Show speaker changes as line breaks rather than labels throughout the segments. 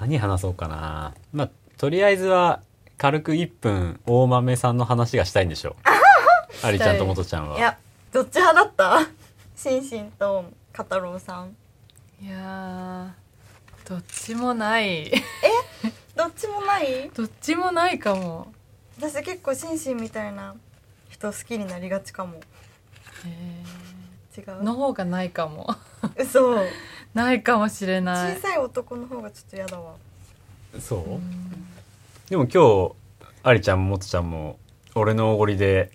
何話そうかな。まあ、とりあえずは、軽く1分、大豆さんの話がしたいんでしょう。ありちゃんともとちゃん
い
は。
やどっち派だったシンシンとカタロウさん
いやーどっちもない。
どっちもない
どっちもないかも。
私結構シンシンみたいな人好きになりがちかも
え
違
ー
う
の方がないかも。
嘘
ないかもしれな
小
い。
さい男の方がちょっと嫌だわ
そううんでも今日、ありちゃんももとちゃんも、俺のおごりで、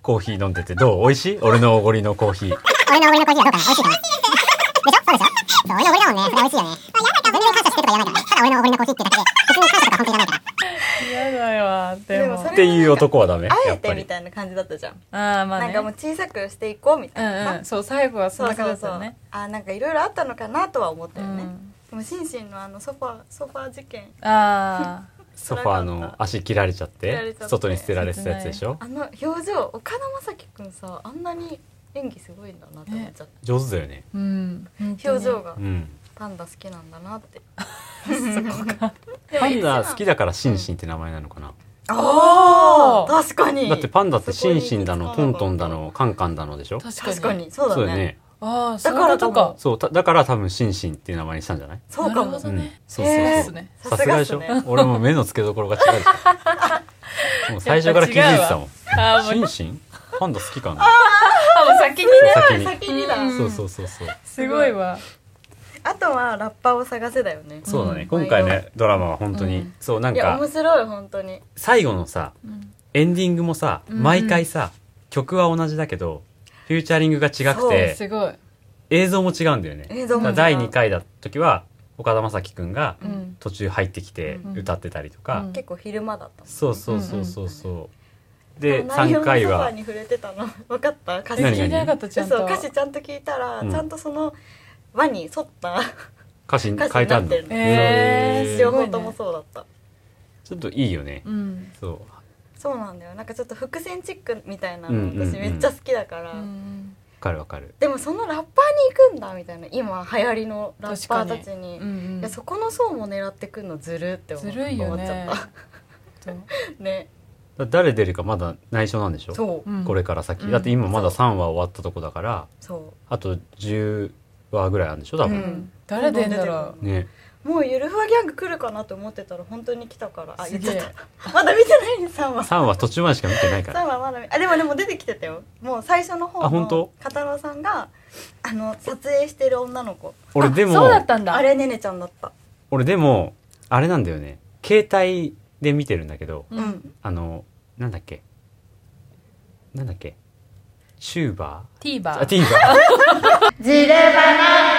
コーヒー飲んでて、どう美味しい俺のおごりのコーヒー。
俺のおごりのコーヒーはどうかな美味しいかなでしょそうでしょそう俺のおごりだもんね。それは美味しいよね。全然感謝してとか言わないからね。ただ俺のおごりのコーヒーってだけで、別に感謝とか本当にいらないから。
嫌だよ。で
で
も
もそ
っ
れ
ていう男はダメ。
あ
や
え
っぱ
て
り
み。たいな感じだったじゃん、
ああまあね。
なんかもう小さくしていこうみた
う
いな、
んうんそう最後はそん
そう
な感
そ
じだ
う
った
そ
よ
う、
ね。
あなんかいろいろあったのかなとは思ったよね、
うん
でもシンシンのあのソファソファ事件
ああ
ソファーの足切られちゃっ
切られ
て
ちゃって
外に捨てられてたやつでしょ
あの表情岡田将生くんさあんなに演技すごいんだなって思っちゃっ
上手だよね
うん。
た、表情が
うん
パンダ好きなんだ なって
パンダ好きだからシンシンって名前なのかな、
ああ確かに
だってパンダってシンシンだ
そ
の
こ
ト
に
ントンだのカンカンだのでしょ
確かに。
確かにそうだ
そう
ね
だよね
ああだ
だか
からら
か
と
も
か。
そうただから多分シンシンっていう名前にしたんじゃない
そうか
なる
も
ほどね
そうそう
へ
そ
ー
う、
さ
さ
す
す
が
が
で
で
し
し
ょ
ょ俺も目の付けどころが違うでしょもう最初から気づいてたもん
ああもう
シンシンパンダ好きかな
あもう先にね。
先に
先にだ
うん
そうそうそうそう
すごいわ。
あとはラッパを探せだよね
そうだね、
うん
今回ねドラマは本当に、
うん
そうなん
いや
か
面白い本当に
最後のさ
うん
エンディングもさ
うん
毎回さ、曲は同じだけどフューチャリングが違く
そう
て
すごい。
映像も違うんだよね
映
だ
像
か
も
ら第2回だ時は岡田将生くんが
うん
途中入ってきて
うん
歌ってたりとか、
うん
結構昼間だったもん
そうそうそうそうそう、
内
で
容の
3回
ソファ
は
ーに触れてたの 分かった歌詞
何
聞いて
々
なかったちゃん
そう
と。
歌詞ちゃんと聞いたら、
うん
ちゃんとその輪に沿った
歌詞に
歌詞
変え
に
た
なっ
ん
て
だ、
るの、
えー
へ
す
両
ごい
方
ね
ともそうだった
ちょっといいよね、
うん。
そう
そうなんだよなんかちょっと伏線チックみたいな
うん
の
うんうん
私めっちゃ好きだから、
うん
わかるわかる
でもそのラッパーに行くんだみたいな今流行りのラッパーたちに
うんうん
いやそこの層も狙ってくんのずるって思
ずるいよ
思っちゃ
ね
っ。た ね
だ誰出るかまだ内緒なんでしょ
そう
うん
これから先、
うん
だって今まだ3話終わったとこだから
そ
あと10話ぐらいあるんでしょ多
う、う
分、
ん、
誰出んだろ
ね
もうゆるふわギャング来るかなと思ってたら本当に来たからあ
す
言っ
げ
ち
え
ゃった まだ見てないね3話
3話途中までしか見てないから
3話まだ見あでもでも出てきてたよもう最初の
あ
方
本
の
当
カタロウさんがあの撮影してる女の子
俺で
う。そうだ
も
ったんだ。
あれねねちゃんだった
俺でもあれなんだよね携帯で見てるんだけど
う
うんん。
あのなんだっけなんだっけチューバー
TVer。
あティーバー
ジレバナ